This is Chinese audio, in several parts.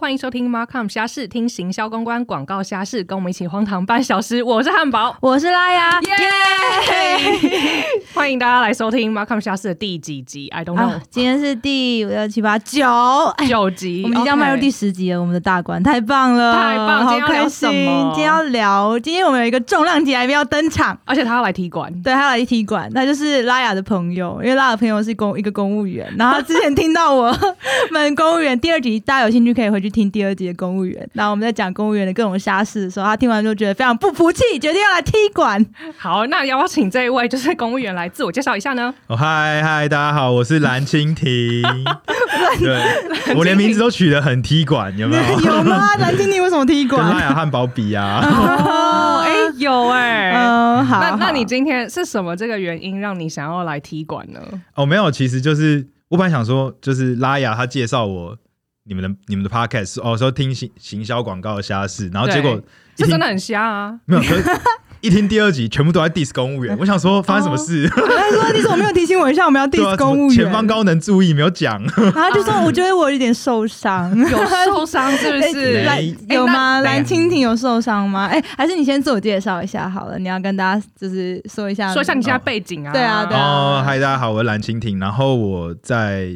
欢迎收听 Markham 虾事，听行销公关广告虾事，跟我们一起荒唐半小时。我是汉堡，我是拉雅，耶、欢迎大家来收听 Markham 虾事的第几集？I don't 啊 know，、今天是第五六七八九，哎，九集，我们即将 OK 迈入第十集了，我们的大关太棒了，太棒好今天要聊开什心么！今天要聊，今天我们有一个重量级来宾要登场，而且他要来踢馆。对，他来体馆，他就是拉雅的朋友，因为拉雅的朋友是公一个公务员，然后他之前听到我 们公务员第二集，大家有兴趣可以回去听第二集的公务员。然后我们在讲公务员的各种瞎事的时候，他听完就觉得非常不服气，决定要来踢馆。好，那要不要请这一位就是公务员来自我介绍一下呢？哦，嗨嗨，大家好，我是蓝 蜻蜓。对，我连名字都取得很踢馆，有 没有？有吗？蓝精灵为什么踢跟拉馆？ 雅汉堡比啊，哦，哎，有哎、嗯，好，那那好你今天是什么这个原因让你想要来踢馆呢？哦，没有，其实就是我本来想说，就是拉雅她介绍我你们的你们的 podcast，哦，说听行行销广告的瞎事，然后结果对一是听真的很瞎 啊！没有，可是一听第二集全部都在 diss 公务员，我想说发生什么 事？ 他说：“你怎么没有提醒我一下？我们要 对啊，哦 diss 怎么公务员。前方高能注意没有讲，然后就说：“我觉得我有点受伤。有受伤是 不是？蓝哎有那吗？蓝蜻蜓有受伤吗？哎、还是你先自我介绍一下好了。你要跟大家就是说一下，说一下你现在背景啊？对啊对啊哦，嗨，大家好，我是蓝蜻蜓，然后我在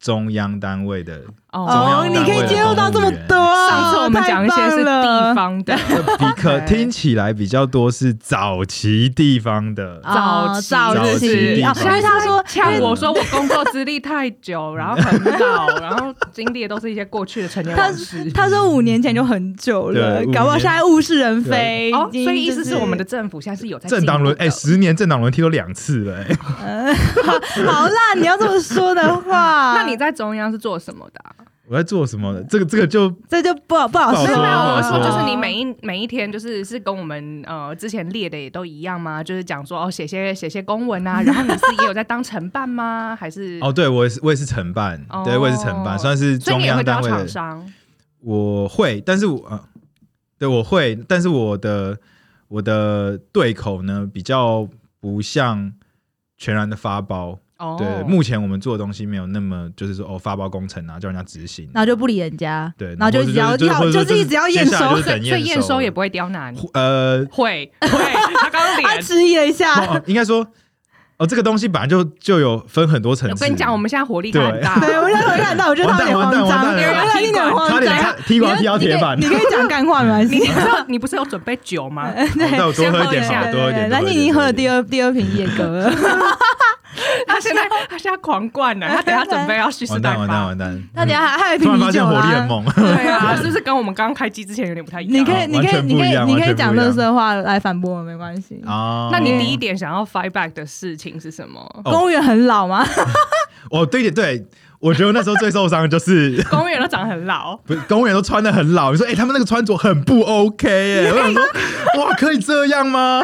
中央单位的哦，中央你单可位以的揭露到这么多。啊上次我们讲一些是地方的，比 可 OK 听起来比较多是早期地方的，啊 早期哦啊早早期期地哦，方所以他说呛因为我说我工作资历太久，然后很老，然后经历的都是一些过去的成年往 事。他说五年前就很久了，对搞不好五年现在物是人非。哦，已经所以意思就是我们的政府现在是有在政党轮哎哎，，十年政党轮替都两次了，哎，好啦，你要这么说的话， 那你在中央是做什么的啊？我在做什么呢？这个这个就这就不好不好不好说没有说没有，不我好了。说哦说就是你每一每一天就是是跟我们呃之前列的也都一样吗？就是讲说哦写些写些公文 啊，然后你是也有在当承办吗？还是哦，对我也是我也是承办哦，对我也是承办，算是所以中你也央会单当位厂的，商？我会，但是我呃对我会，但是我的我的对口呢比较不像全然的发包，哦，对，目前我们做的东西没有那么就是说哦发包工程啊，叫人家执行，然后就不理人家，对，然后就一直要要或者就是一直要验接下收来就，是所等以所以验验收也不会刁难，呃，会会，他刚刚他脸迟啊疑了一下，啊哦应该说哦，这个东西本来就就有分很多层我次。跟你讲，我们现在火力很大。对，我让我看到，我觉得他有点慌张，完蛋我完蛋完蛋让你有点哦差慌啊点张差。踢完踢到铁板嗯你，可以你可以讲干话没关你系。你知道你不是有准备酒 吗？哦那我多喝一点先好喝一了，多喝一点。蓝静已经喝了第二第二瓶野格了，他现在他现在狂灌 呢，他等下准备要蓄势完待蛋完蛋发。完蛋！他等一下还还有一突瓶然米发现酒啊火力 啦。很猛，对啊，是不是跟我们刚刚开机之前有点不太一你样？可以，哦你可以，完全不你可一以，样你可以讲完全不一乐样色话来反驳我，没关系。哦那你第一点想要 fight back 的事情是什么？哦公务员很老吗？ 哦对点对，我觉得那时候最受伤的就是 公务员都长得很 老，不是公务员都穿的很老，你说哎他们那个穿着很不 OK 哎，我想说哇可以这样吗？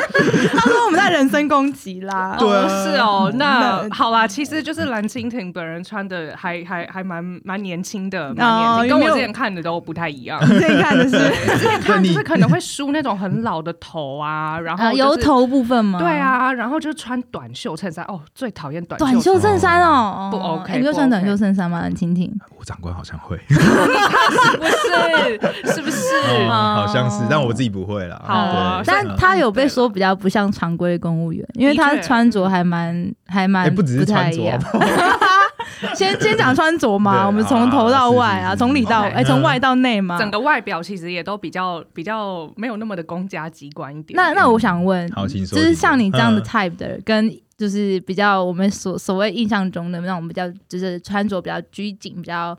他说我们在人身攻击啦。对啊哦是哦。那那好啦，其实就是蓝蜻蜓本人穿的还还还蛮蛮年轻的，蛮哦年轻，有跟没我有之前看的都不太一 样。你可以看的是之前那看你就是可能会梳那种很老的头啊，然后呃就是油头部分吗？对，啊，然后就穿短袖衬衫，哦，最讨厌短短袖袖衬衫哦，不哦 OK，哎你会不穿短 OK 袖衬衫吗？蓝蜻蜓，我长官好像会，是不 是？是不是？哦 好像是哦，但我自己不会啦。好啊对所以但他有被说比较不像常规公务员，因为的他确穿着还蛮还哎蛮不只是太穿一着好样 不。 先先讲穿着嘛，对我们从头到外啊啊，是嗯是从里到是是哎，从外到内嘛。整个外表其实也都比较比较没有那么的公家机关一点。那那我想问，好请说就是请说像你这样的嗯 type 的人，跟就是比较我们所所谓印象中的那种比较，就是穿着比较拘谨，比较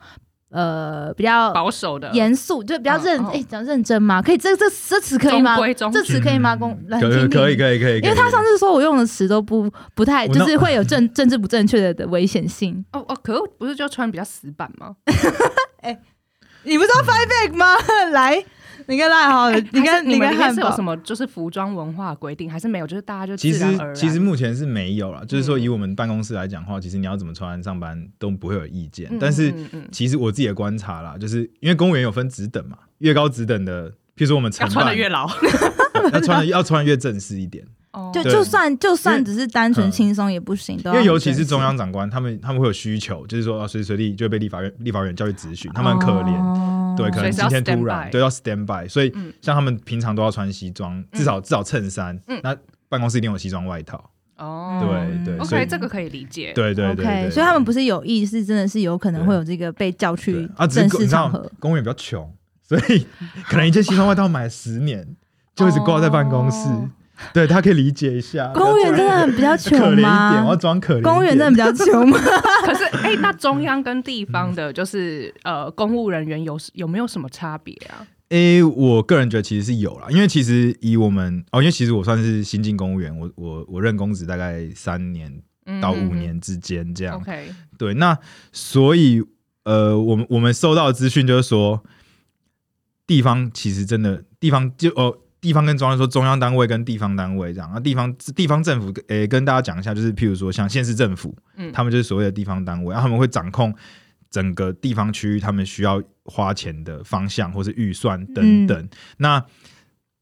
呃比较保守的严肃，就比较认嗯嗯哎讲认真吗？可以这这这词可以吗中规中？矩这词可以吗？嗯公蓝可蜻以可以蜓可以可以，因为他可以上次说我用的词都不不太，我就那是会有政政治不正确的的危险性。哦哦，可是不是就穿比较死板吗？你不知道 five back 吗？ 来，你跟赖好，你哎还是跟你们里跟面汉是有堡什。么就是服装文化规定，还是没有？就是大家就自其实然而然。嗯其实目前是没有啦，就是说以我们办公室来讲的话，其实你要怎么穿上班都不会有意见。嗯但是嗯嗯嗯其实我自己的观察啦，就是因为公务员有分职等嘛，越高职等的，譬如说我们要承穿的办越老，要穿的要穿得越正式一点， 哦就对就算就算因为只是单纯嗯轻松也不行，因因为尤其是中央长官，他们他们会有需求，就是说啊随时随地就被立法院立法院叫去质询，他们很可怜。怜对，可所能今以是要天突 stand by 然对要 stand by，所以哦嗯像他们平常都要穿西装，至少至少衬衫嗯，那办公室一定有西装外套，哦，对对，所以 OK，这个可以理解。对对对 OK，对对，所以他们不是是有意是真的是有可能会有这个被叫去啊，只正是公你式知场道合，公务员比较穷，所以可能一件西装外套买了十年，就一直挂在办公室哦，对他可以理解 一下。公务员真的很比较 穷可怜一点，我要吗？装可怜一点。公务员真的比较穷 吗？可是，哎、那中央跟地方嗯的，就是呃，公务人员有有没有什么差别啊？诶、我个人觉得其实是有啦，因为其实以我们哦，因为其实我算是新进公务员，我我我任公职大概三年嗯到五年之间嗯这嗯样。 OK，对，那所以呃，我们我们收到的资讯就是说，地方其实真的地方就哦。地方跟中央说，中央单位跟地方单位这样，那地方地方政府，诶、跟大家讲一下，就是譬如说像县市政府，嗯，他们就是所谓的地方单位，啊然后他们会掌控整个地方区域，他们需要花钱的方向或是预算嗯等等。那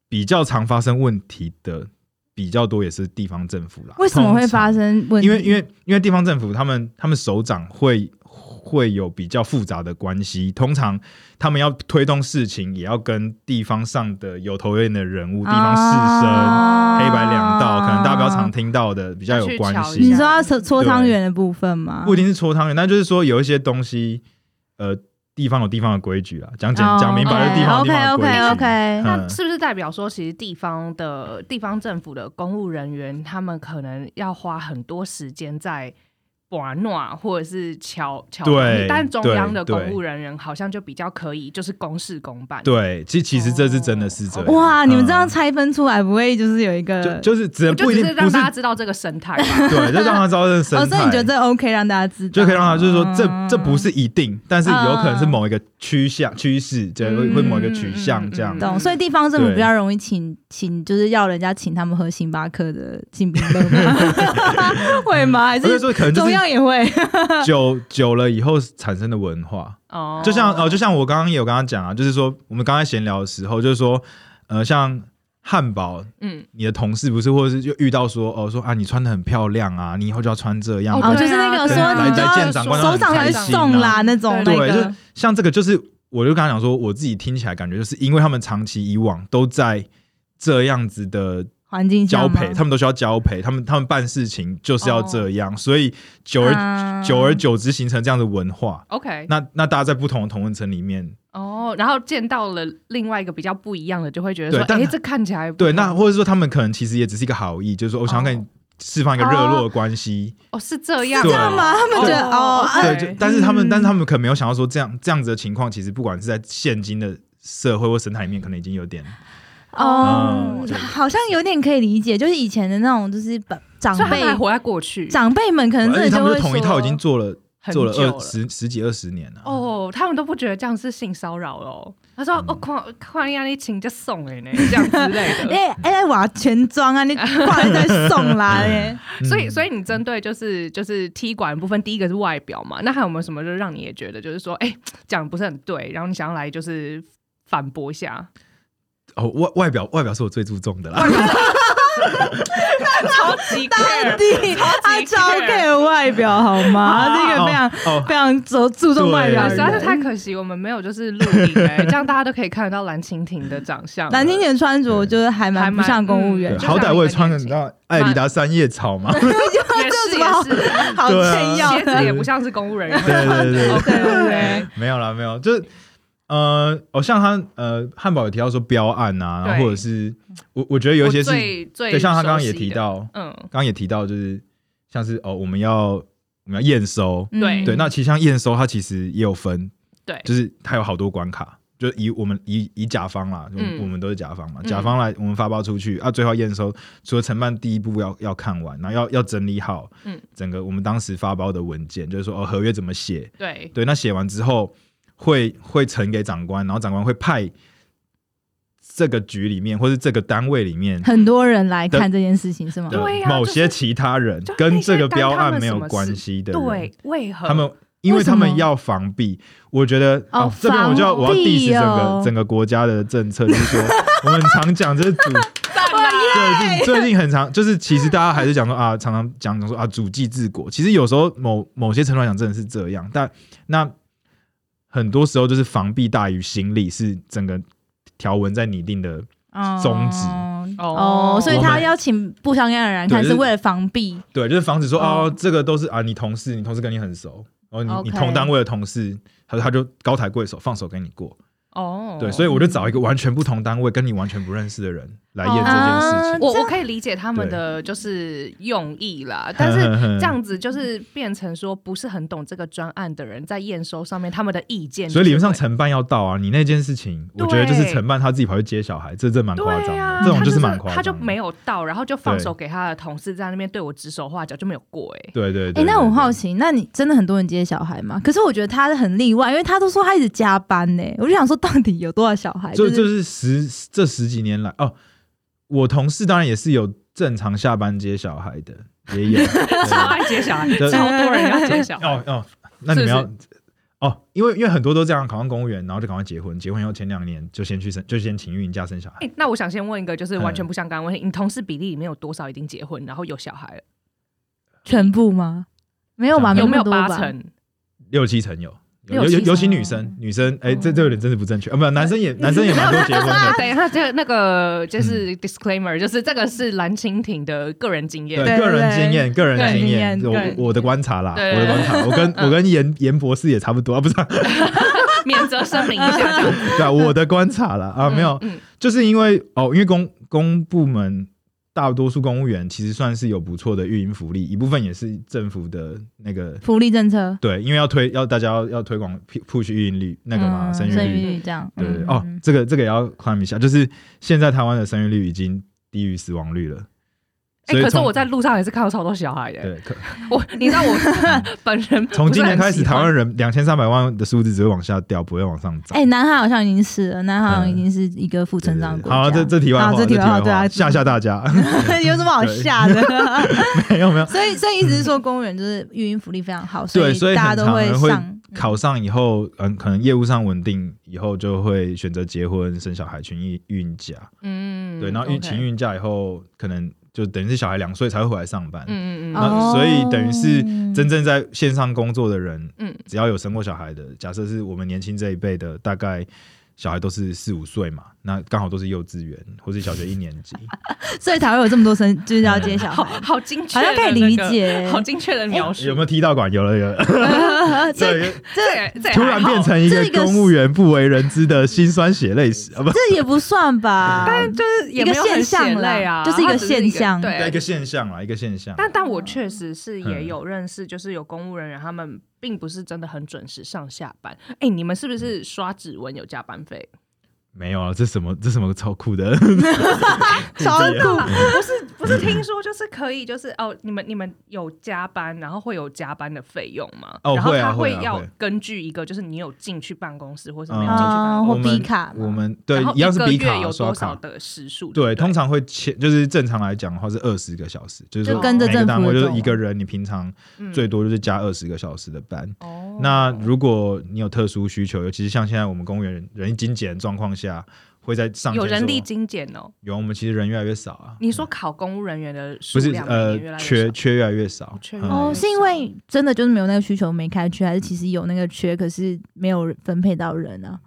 比较常发生问题的比较多，也是地方政府啦。为什么会发通生嗯问常？题？因为因为因为地方政府他们他们首长会会有比较复杂的关系，通常他们要推动事情，也要跟地方上的有头有脸的人物、地方士绅、啊黑白两道，可能大家比较常听到的比较有关去瞧一系。下你说要搓搓汤圆的部分吗？不一定是搓汤圆，但就是说有一些东西，呃，地方有地方的规矩啦。讲简讲明白了，哦 OK，地方有地 OK 方的规 OK 矩。哦 OK，那嗯是不是代表说，其实地方的呃地方政府的公务人员，他们可能要花很多时间在玩暖或者是瞧瞧东西对但中央的对公务人员好像就比较可以，就是公事公办。，对，其实其实这是真的是这哦样。哇，你们这样嗯拆分出来，不会就是有一个就就是只我能就不一只定是不让是大家知道这个生态 吧。对，就让他招 认生哦，态。所以你觉得这 OK 让大家知道，就可以让他就是说这嗯这不是一定，但是有可能是某一个趋向趋势，就会会某一个取向这样嗯。懂，所以地方政府对比较容易请请，就是要人家请他们喝星巴克的金瓶乐 吗？会吗？还所以是说可能就中是央也会？久久了以后产生的文化。哦就像哦，就像我刚刚也有跟他讲啊，就是说我们刚才闲聊的时候，就是说，呃，像汉堡，嗯，你的同事不是，或者是就遇到说哦，说啊，你穿的很漂亮啊，你以后就要穿这样啊。哦，对就是那个对说啊来你就来要见长官都首很长才开会心啊送啦那种那对对，就个是，像这个，就是我就跟他讲说，我自己听起来感觉就是因为他们长期以往都在这样子的环境下交吗配，他们都需要交配，他们他们办事情就是要这样，所以久而、啊久而久之形成这样的文化。 OK，那那大家在不同的同温层里面，哦，然后见到了另外一个比较不一样的，就会觉得对说，但哎，这看起来不对，同那或者说他们可能其实也只是一个好意，就是说哦我想要跟你释放一个热络的关系，哦是这样，是这样吗他们觉得哦啊对，就但是他们、嗯但是他们可能没有想到说这样这样子的情况，其实不管是在现今的社会或生态里面，可能已经有点哦嗯，对好像有点可以理解，就是以前的那种，就是把长所以他辈们还活在过去，长辈们可能而真且的他们会就同一说套已经做了很久做了了二十十几二十年了、哦，他们都不觉得这样是性骚扰哦。他说：“嗯哦，看看压力请就送哎呢，这样之类 的。哎哎，哇，全装啊，你挂在在送 啦哎。嗯所以，所以你针对就是就是踢馆的部分，第一个是外表嘛，那还有没有什么就是让你也觉得就是说，哎、讲得不是很对，然后你想要来就是反驳一下，哦外外表外表是我最注重的啦，超级 care 弟，他级超 care care 外表好吗？啊他这个非常 哦非常着注重外表啊的实对在是人。太可惜，我们没有就是录影哎、这样大家都可以看得到蓝蜻蜓的长相。蓝青姐穿着就是还蛮不像公务员对，就像好歹我也穿个一个年轻你知道艾迪达三叶草嘛，也是也是，好对啊炫耀鞋的。子也不像是公务人员会对穿 对对的。对 OK OK， 没有啦，没有，就是呃，哦，像他呃，汉堡有提到说标案啊，然后对或者是我我觉得有一些是，最最对，像他刚刚熟也悉提的，到，嗯，刚刚也提到就是像是哦，我们要我们要验收，嗯对对，那其实像验收它其实也有分，对就是它有好多关卡。就以我们以以甲方啦，我们嗯我们都是甲方嘛，嗯甲方来我们发包出去啊，最后验收，除了承办第一步要要看完，然后要要整理好，嗯整个我们当时发包的文件，就是说哦合约怎么写，对，对，那写完之后会会呈给长官，然后长官会派这个局里面或是这个单位里面很多人来看这件事情是吗？的对啊某就是些其他人、就那跟些这个干标他案们没什有么关事系的人，对，为何他们呃因为为什他们么要防避，我觉得哦这边我就要防我要 diss 避整个、哦整个国家的政 策，就是说我们常讲这是主最近最近很常就是其实大家还是讲说啊，常常讲说啊主计治国，其实有时候某某些程度来讲真的是这样，但那。很多时候就是防弊大于行力，是整个条文在拟定的。宗旨哦，所以我他们邀请不相干的人看，是对就是为了防避对，就是防止说哦哦这个都是啊，你同事，你同事跟你很熟，然后你你 OK 同单位的同事，他他就高抬贵手，放手给你过。哦，对，所以我就找一个完全不同单位、跟你完全不认识的人哦来验这件事情。我这我可以理解他们的就是用意啦，但是 这样子就是变成说不是很懂这个专案的人在验收上面他们的意见就是所会，以理论上承办要到啊，你那件事情，我觉得就是承办他自己跑去接小孩，这这蛮夸张对啊，的，这种他就是蛮夸张的。他就没有到，然后就放对手给他的同事在那边对我指手画脚，就没有过哎、对对哎、对。那我对很好对奇，那你真的很多人接小孩吗？可是我觉得他很例外，因为他都说他一直加班呢、我就想说，到底有多少小孩？就就就是十这十几年来哦，我同事当然也是有正常下班接小孩的，也 有超对爱揭晓，啊对 超多人要揭晓。哦哦，那你们要是哦，因为因为很多都这样考上公务员，然后就赶快结婚，结婚以后前两年就先去生，就先请孕假生小孩。哎那我想先问一个，就是完嗯全不相干的问题，你同事比例里面有多少已经结婚，然后有小孩了？全部吗？没有吧？嗯有没那有么多吧八？成？。六七成有，有六尤七尤其成哦嗯女生，女生哎、这这有点政治不正确啊，不，男生也男生也蛮多结婚 的等一下，这个那个就是嗯 disclaimer，就是这个是蓝蜻蜓的个人经验。对对个人经验，个对人经验，经验个人经我我的观察啦，对我的观察，我跟 我跟严严博士也差不多啊，不是啊， 免责声明一下，这样子对啊，嗯我的观察啦 啊，没有，嗯，就是因为哦，因为公公部门大多数公务员其实算是有不错的运营福利，一部分也是政府的那个福利政策对，因为要推要大家要要推广 pu- push 育婴率那个嘛，嗯生育生率，育率这样。对对对嗯哦，这个这个也要 climb 一下，就是现在台湾的生育率已经低于死亡率了。哎，可是从我在路上也是看到超多小孩的。对，可我你知道 我本人从今年开不是很喜始，台欢湾人两千三百万的数字只会往下掉，不会往上涨。哎、南韩好像已经是了，南韩好像嗯已经是一个负对成对长对国好，这这题外话，啊这这题题外话外对啊话，吓吓大家。 这 有什么好吓的？没有没有， 所以，所以意思是说，公务员就是育婴福利非常好，嗯对所以大家很都常会人会上。考上以后，嗯，可能业务上稳定以后，就会选择结婚、生小孩、请孕孕假。嗯对，然后孕 OK 请孕假以后，可能就等于是小孩两岁才会回来上班。嗯嗯嗯那哦所以等于是真正在线上工作的人，嗯只要有生过小孩的，假设是我们年轻这一辈的，大概小孩都是四五岁嘛，那刚好都是幼稚园或是小学一年级。所以才会有这么多生， 就是要接小孩好，好精确好的那像个，可以理解。好精确的 描述。哎有没有踢到管？有了有 了，这 对，这这突然变成一这个一个公务员不为人知的辛酸血泪史啊！不，这也不算 吧？哎就是也没有很血泪啊，一个现象啦就是一个它只是现象对一个对。现象啊啦，一个现象。但但我确实是也嗯有认识，就是有公务人员，他们并不是真的很准时上下班。哎、你们嗯是不是刷指纹有加班费？没有啊，这什么这什么超酷的？超酷，不是 不是， 听说就是可以，就是哦，你们你们有加班，然后会有加班的费用吗？哦然后会啊他会啊要会根据一个，就是你有进去办公室，或是嗯没有进去啊办或公我室。们比卡嘛我们对然后一样是个比月卡啊有刷多少卡。的时数？对，不通常会签，就是正常来讲的话是二十个小时，就是就说跟着每个政单府的位就走啊是一个人，你平常嗯最多就是加二十个小时的班。哦那如果你有特殊需求，尤其是像现在我们公务员人力精简的状况下，会在上有线人说力精简哦，有我们其实人越来越少啊，你说考公务人员的数不是量每年呃越来越缺少缺越来越少，缺越嗯来越少哦，是因为真的就是没有那个需求没开缺，还是其实有那个缺，可是没有分配到人啊？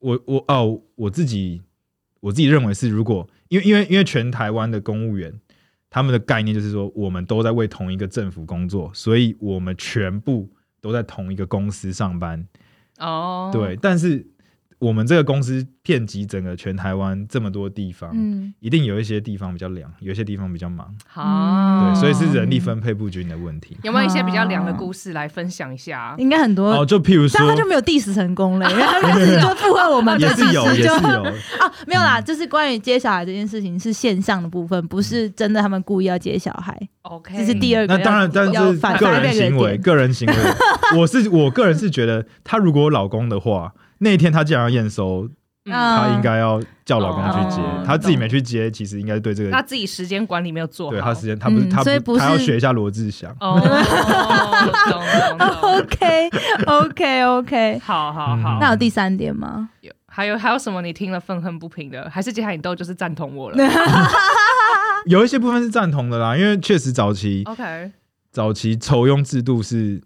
我我哦，我自己我自己认为是，如果因为因为因为全台湾的公务员，他们的概念就是说，我们都在为同一个政府工作，所以我们全部都在同一个公司上班。哦，对，但是我们这个公司遍及整个全台湾这么多地方，嗯，一定有一些地方比较凉，有一些地方比较忙，好，嗯对，所以是哦人力分配不均的问题。有没有一些比较凉的啊故事来分享一下？嗯应该很多，哦，就譬如但他就说，没有 diss 成功 了，因为他们就是就附和我们，也 就是有， diss 也就是有，啊，没有啦，就是关于接小孩这件事情是线上的部分，不是真的他们故意要接小孩， OK，这是第二个嗯那要。当然，但要是反个反人那个行为，点个 人行为，我是我个人是觉得，她如果有老公的话，那一天她既然要验收，嗯，她应该要叫老公去接哦，她自己没去接，其实应该对这他个自己时间管理没有做好，对她时间，她不是嗯她所以不她要是啊学一下罗志祥，哦，懂懂懂， OK OK OK，好好哦 嗯好，那有第三点吗？有还有还有什么你听了愤恨不平的？还是接下来你都就是赞同我了 有一些哦哎部分是赞同的啦，因为确实早期？OK，早期酬庸制度是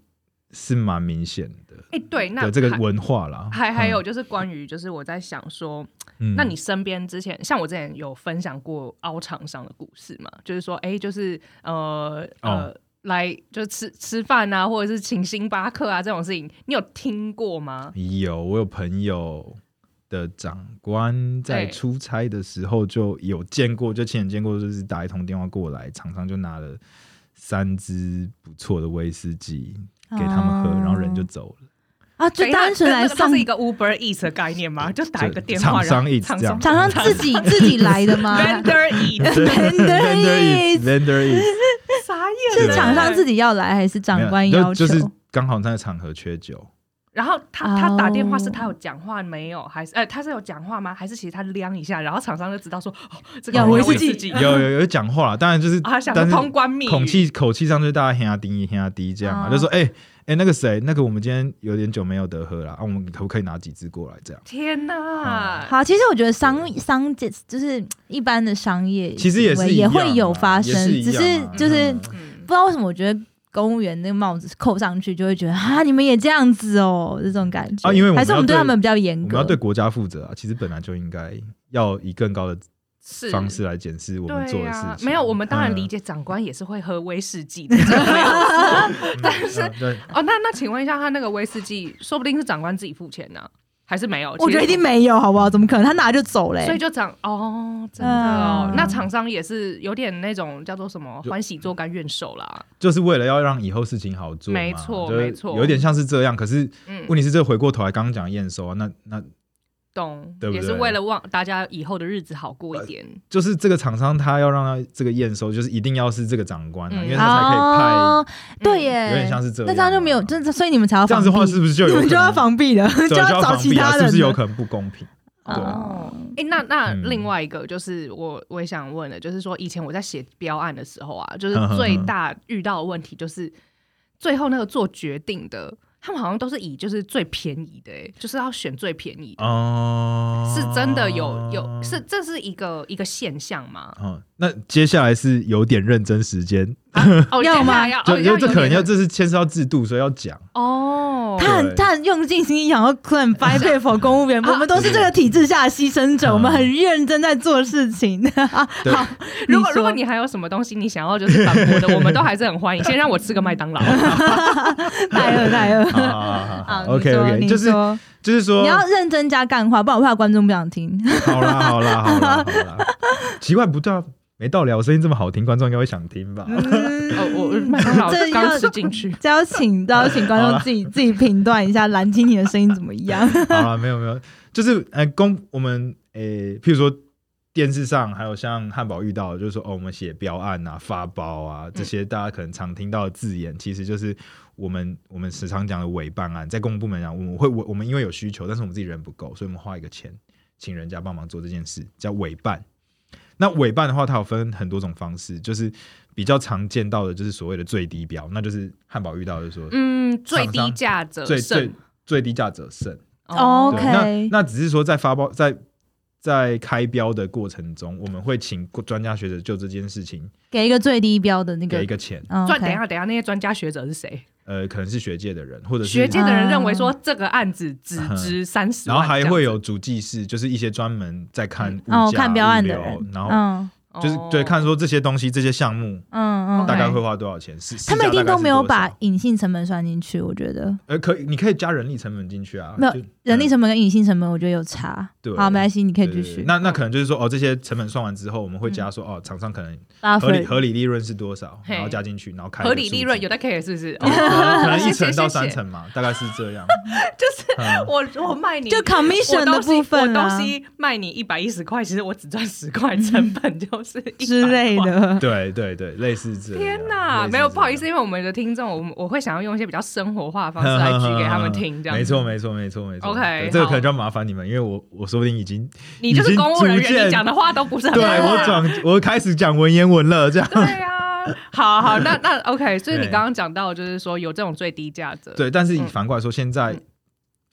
是蛮明显的，哎、对，那对这个还文化啦，还还嗯有就是关于就是我在想说，嗯那你身边之前像我之前有分享过凹厂商的故事嘛？就是说，哎、就是呃呃。哦来就是吃吃饭啊，或者是请星巴克啊这种事情，你有听过吗？有，我有朋友的长官在对出差的时候就有见过，就亲眼见过，就是打一通电话过来，厂商就拿了三支不错的威士忌给他们喝，哦然后人就走了。 啊，就哦等一下单纯那那个来送它是一个 Uber Eats 的概念吗？就打一个电话，厂然商后 Eats 厂这样商厂商自己自己来的 吗？Vendor Eats， Vendor is- vendor is 啥意思？是厂商自己要来还是长官没有要求？就就是刚好那个场合缺酒，然后他他哦打电话是他有讲话没有？还是呃他是有讲话吗？还是其实他量一下，然后厂商就知道说哦，这个要没有威威士忌，忌有 有有讲话啦，当 然就是啊他想但说是通关密语口气口气上就是大家很压低很压低这样啊，哦就说哎哎、那个谁那个我们今天有点久没有得喝了，啊我们可不可以拿几支过来这样？天哪！啊好，其实我觉得商商界就是一般的商业，其实也是一也样啊会有发生，也只是一是样啊就是嗯嗯不知道为什么，我觉得公务员那个帽子扣上去，就会觉得啊，你们也这样子哦，这种感觉。啊因为我们还是我们要对对他们比较严我们格，要对国家负责啊，其实本来就应该要以更高的是方式来检视我们做对的呀、事情。没有，我们当然理解，解长官也是会喝威士忌的。这个没有嗯错但是嗯对， 哦，那那请问一下，他那个威士忌，说不定是长官自己付钱呢、还是没有？我觉得一定没有，好不好？怎么可能？他拿就走嘞、所以就长哦，真的哦。嗯那厂商也是有点那种叫做什么“就欢喜做甘愿受”啦。就是为了要让以后事情好做嘛，没错就是没错有点像是这样。可是嗯，问题是，这回过头来刚刚讲验收啊，那那懂，对不也对是为了让大家以后的日子好过一点。就是这个厂商他要让他这个验收，就是一定要是这个长官、啊，嗯因为他才可以哦，对嗯耶，派，有点像是这样、啊那这样就没有，这所以你们才要这防样避，子的话，是不是就有你可们能就要防避了，对要要找防其避啊他人是了，不是有可能不公平？对哦，哎、那那嗯另外一个就是我我也想问的，就是说以前我在写标案的时候啊，就是嗯哼哼最大遇到的问题就是最后那个做决定的，他们好像都是以就是最便宜的、欸，就是要选最便宜的，哦，？是真的有有是这是一个一个现象吗 嗯，那接下来是有点认真时间，哦，要吗接下来就哦因为这可能要有点这是牵涉到制度，所以要 讲。哦，他很对他很用尽心力想要 claim five pay for 公务员，我们都是这个体制下的牺牲者，嗯我们很认真在做事 情。 好，对如果说如果你还有什么东西你想要就是反驳 的，我们都还是很欢迎。先让我吃个麦当劳，哦太饿太饿。啊好你，OK 说 OK，你就是说就是说你，要认真加干话，不然我怕观众不想听。 好啦好啦好啦好啦，奇怪不对啊，没道理啊，我声音这么好听，观众应该会想听吧？嗯哦，我我麦当劳 这要刚吃进去。这要请这要请观好众啦自己自己评断一下蓝蜻蜓的声音怎么样。好 啦，没有没有，就是呃，公我们呃，譬如说电视上还有像汉堡遇到的，就是说哦，我们写标案啊、发包啊这些大家可能常听到的字眼，其实就是我们我们时常讲的委办案，在公部门啊上，我们会我我们因为有需求，但是我们自己人不够，所以我们花一个钱请人家帮忙做这件事，叫委办。那委办的话，它有分很多种方式，就是比较常见到的，就是所谓的最低标，那就是汉堡遇到的说、嗯，最厂低商价者最最胜。最低价者胜。哦 OK 对，那那只是说在发包在在开标的过程中，我们会请专家学者就这件事情 给一个最低标的那个给一，个钱，嗯专等一 OK 下，等一下，那些专家学者是谁？呃，可能是学界的人，或者是学界的人啊认为说这个案子只嗯值三十然万，后还会这样有主计师，就是一些专门在看物价、哦，看标案的物流人，然后嗯子就是、哦对看说这些东西、这些项目嗯嗯，大概 OK 会花多少钱，是他们一定都没有。市价大概把是多少隐性成本算进去，我觉得呃，可以，你可以加人力成本进去啊，没有就人力嗯成本跟隐性成本，我觉得有差。对好，没关系，你可以嗯继对对对续。那那可能就是说，哦，这些成本算完之后，我们会加说，哦，厂商可能合理 buffer 合理利润是多少，嘿然后加进去，然后开一个合理利润数字有的 care 是不 是？哦可 能一谢谢层谢谢到三层嘛，大概是这样。 哦我我卖你就 commission 我的东西部分我啊东西卖你一百一十块，其实我只赚十块，成 本就是100之类块。的。 对对对，类似这样。天类哪，似没有这样不好意思，。因为我们的听众，我们我会想要用一些比较生活化的方式来举给他们听，这样没错，没错，没错，没错。 OK，对这个好可能就要麻烦你们，因为我我说不定 已经你就是公务人已经逐员，渐你讲的话都不 是很对好我转我开始讲文言文 了，这样。对啊，好好，那那 OK，所以你对刚刚讲到就是说有这种最低价者，对，但是嗯反过来说，现在嗯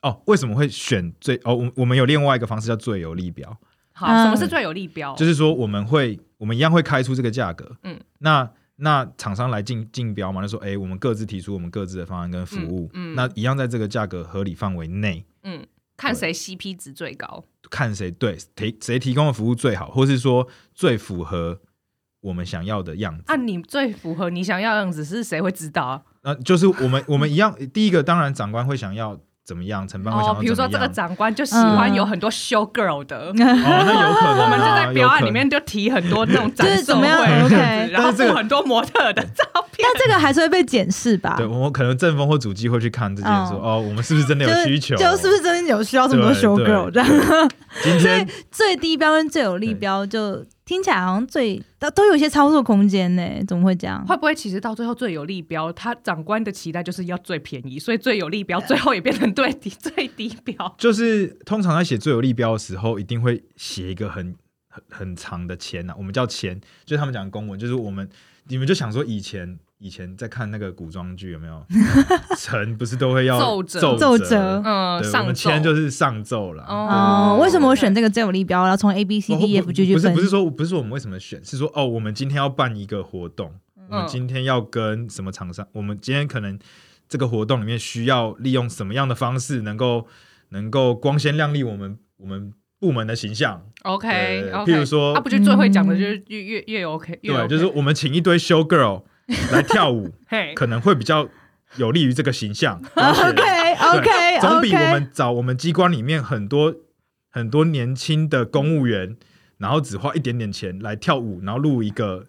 哦，为什么会选最哦？我我们有另外一个方式叫最有利标，好，嗯嗯什么是最有利标？就是是说我们会我们一样会开出这个价格，哦嗯嗯，那那厂商来竞竞标嘛，就说，哎、我们各自提出我们各自的方案跟服务，嗯嗯那一样在这个价格合理范围内，嗯，看谁 CP 值最高，看谁对提谁提供的服务最好，或是说最符合我们想要的样子。啊，你最符合你想要的样子是谁会知道啊？那、就是我们我们一样，第一个当然长官会想要怎么样，承办会想要哦怎么，样。比如说这个长官就喜欢嗯有很多 show girl 的，哦，那有可能、啊， 我们就在标案里有可能。面就提很多那种展 就是示怎么样会， ？OK，然后但是这个附很多模特的照片。但这个还是会被检视吧？对，我们可能正风或主机会去看这件事，嗯说哦，我们是不是真的就有是需求？就是不是真的有需要这么多对 show 对 girl 这样？ 今天最低标跟最有利标，就听起来好像最都都有一些操作空间呢、怎么会这样？会不会其实到最后最有利标，他长官的期待就是要最便宜，所以最有利标最后也变成最低最低标。就是通常在写最有利标的时候，一定会写一个很很很长的签啊呐、我们叫签，就是他们讲的公文，就是我们你们就想说以前以前在看那个古装剧有没有 臣不是都会要 奏折奏奏折嗯，对，我上们签就是是上奏啦。哦哦，为什么我选这个最有利标，然后从 A B 对 C D E 哦不 F G 去不是分不？是说不是说我们为什么选，是说哦，我们今天要办一个活动，嗯我们今天要跟什么厂商，我们今天可能这个活动里面需要利用什么样的方式，能够能够光鲜亮丽我们我们部门的形象， OK 对 OK，譬如说啊，不就最会讲的就是越越越 OK，越 OK 对，就是我们请一堆 show girl 来跳 舞，嘿，可能会比较有利于这个形象。而 且 OK 对 OK 总比我哎 OK，们找我们机关里面很多很多年轻的公务员，然后只花一点点钱来跳舞，然后录一个。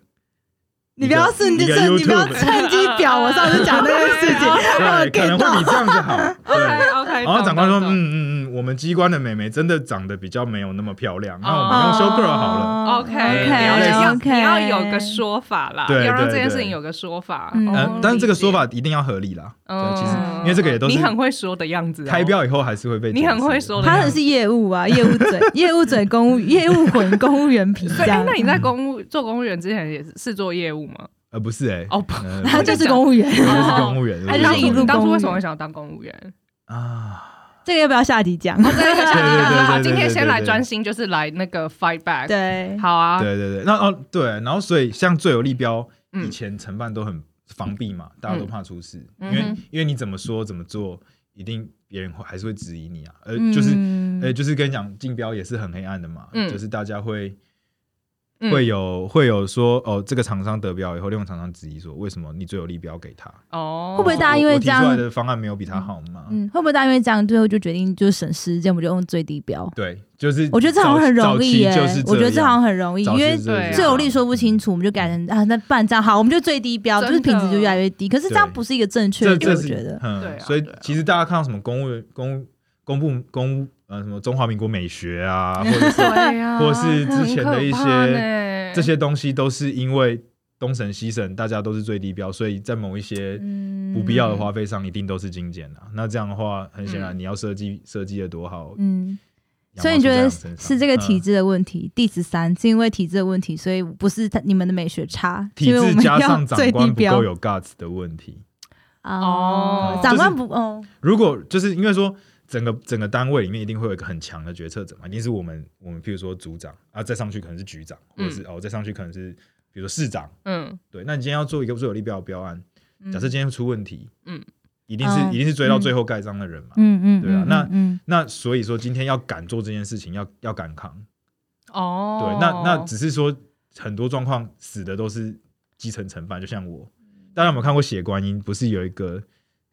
你不要趁机一个趁你 不要 YouTube 趁机表我上次讲那个事情，我对，可 get 能会比到。这样子好。 对，哎 OK OK，然后长官说，嗯嗯嗯嗯，我们机关的美眉真的长得比较没有那么漂亮，那我们用哦 show girl 好了。 OK 嗯 OK 要 OK，你要有个说法啦，对要让对这件对事情有个说法。嗯哦嗯，但是这个说，理法一定要合理啦。解对，其实嗯因为这个也都是你很会说的样子哦，开标以后还是会被你很检视会的说的他样很子。是业务啊，业务嘴，业务嘴公务，业务混公务员皮这对，哎样那。你在嗯公务做公务员之前也是是做业务吗？呃，不是哎， 哦，不， 呃他就是公务员，我就是公务员，哎就当是一初路你当初公务为什么员会想要当公务员？啊，这个要不要下集讲？ 对对对对对好，对今天对先对来对专心，就是来那个 fight back。，对，好啊，对对对，那哦对，然后所以像最有利标，嗯以前承办都很防避嗯嘛，大家都怕出事，嗯因为嗯因为你怎么说怎么做，一定别人会还是会质疑你啊，呃，就是嗯呃，就是跟你讲竞标也是很黑暗的嘛，嗯就是大家会。嗯会有会有说哦，这个厂商得标以后，另外厂商质疑说，为什么你最有利标给他？哦，会不会大家因我为我提这样出来的方案没有比他好吗？嗯，会不会大家因为这样，最后就决定就省时间，我们就用最低标？对，就是我觉得这好像很容易耶、嗯早期就是这我觉得这样好像很容易，因早期为是这样对啊最有利说不清楚，我们就改成啊，那不然这样好，我们就最低标，就真是的品质就越来越低。可是这样不是一个正确这的，这我是觉得。嗯，对啊所以对啊其实大家看到什么公务员公公部公呃什么中华民国美学啊，或 者是对呀，或是之前的一些很可怕呢这些东西，都是因为东省西省大家都是最低标，所以在某一些嗯不必要的花费上，一定都是精简的、那这样的话，很显然嗯你要设计设计的多好，嗯，羊毛所以你觉出在得羊是身上是这个体嗯制的问题？第十三是因为体制的问题，所以不是他你们的美学差，是体因为我制们加要上长最低官不标够有 guts 的问题。哦长官就是不哦，如果就是因为说整个整个单位里面一定会有一个很强的决策者嘛，一定是我们我们譬如说组长啊，再上去可能是局长，或嗯者是、哦再上去可能是比如说市长。嗯对，那你今天要做一个最有利标的标案，嗯假设今天出问题，嗯，一定是、哦一定是追到最后盖章的人嘛。嗯嗯，对啊嗯那嗯那所以说今天要敢做这件事情，要要敢扛。哦，对，那那只是说很多状况死的都是基层承办，就像我，大家有没有看过《血观音》？不是有一个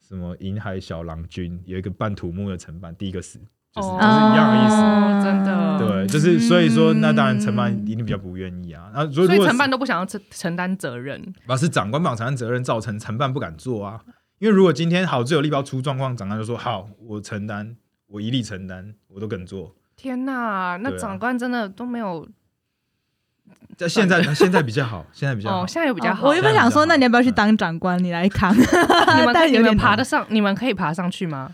什么银海小郎君，有一个半土木的承办，第一个死，就是、哦就是一样的意思。哦真的对，就是所以说，那当然承办嗯一定比较不愿意啊。那如所果如以果承办是都不想要承承担责任，把是长官把承担责任造成承办不敢做啊，因为如果今天好只有力包出状况，长官就说好，我承担，我一力承担，我都敢做。天哪，那对啊长官真的都没有在现在现在比较好，现在比较好哦，，现在又比较好，我原本想说，这那样比较好你要不要去当长官？你来扛，你们可但以你有们点爬得上，你们可以爬上去吗？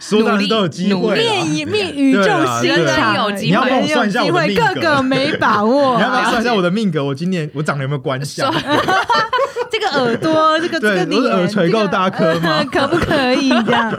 说当努然力都有机会啦。面以面宇宙心啊对啊长，有机会你要帮我算一下我的有机命会各格个没把握 你要不要啊，算一下我的命格？我今年我长得有没有关相？这个耳朵，这个这个对，脸，我的耳垂够大呃颗这个，吗？ 可不可以这 样？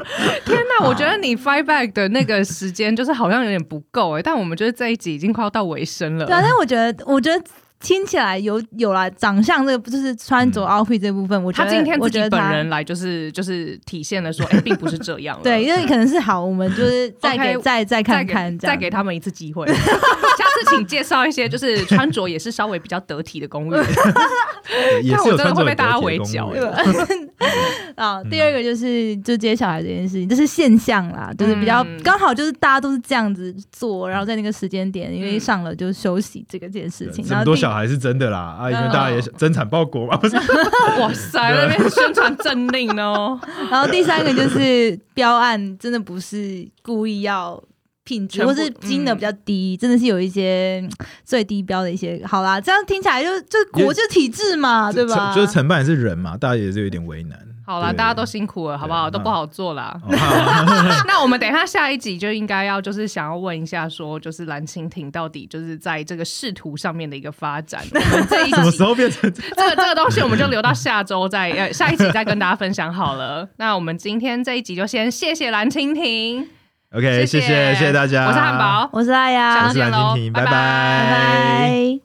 天哪，我觉得你 fight back 的那个时欸间就是好像有点不够哎，但我们觉得这一集已经快要到尾声了对，啊，但我觉得，我觉得。听起来有有啦，长相这个就是穿着嗯 outfit 这部分，我觉他得今天我自己觉得本他人来就是就是体现了说，哎、并不是这样了。 对，因为可能是好，我们就是再给 OK，再再再看给看这样，再给他们一次机会，下 次请介绍一些就是穿着也是稍微比较得体的 公寓。对也看是我有真的穿着会被很大家得体围的公剿务欸员 啊，嗯第二个就是就接小孩这件事情，这是现象啦，就是比较嗯刚、好就是大家都是这样子嗯做，然后在那个时间点，因为上了就休息这个件事情，对这然么后多第小孩是真的啦啊，因为大家也嗯啊想争产报国嘛，不是？哇塞，那边宣传政令哦，然后第三个就是标案真的不是故意要。品质全部或是金额嗯比较低，真的是有一些嗯最低标的一些。好啦，这样听起来就就国就体制嘛，对吧？就是承办也是人嘛，大家也是有点为难。好啦，对大家都辛苦了，好不好？对都不好做啦。哦好 那我们等一下下一集就应该要就是想要问一下，说就是蓝蜻蜓到底就是在这个仕途上面的一个发展。我们这一 什么集时候变成这个这个东西我们就留到下周再呃下一集再跟大家分享好了。那我们今天这一集就先谢谢蓝蜻蜓， ？OK，谢谢谢谢大家，啊我是汉堡，我是大下雅次我是见蓝喽蜻蜓，拜拜拜拜拜。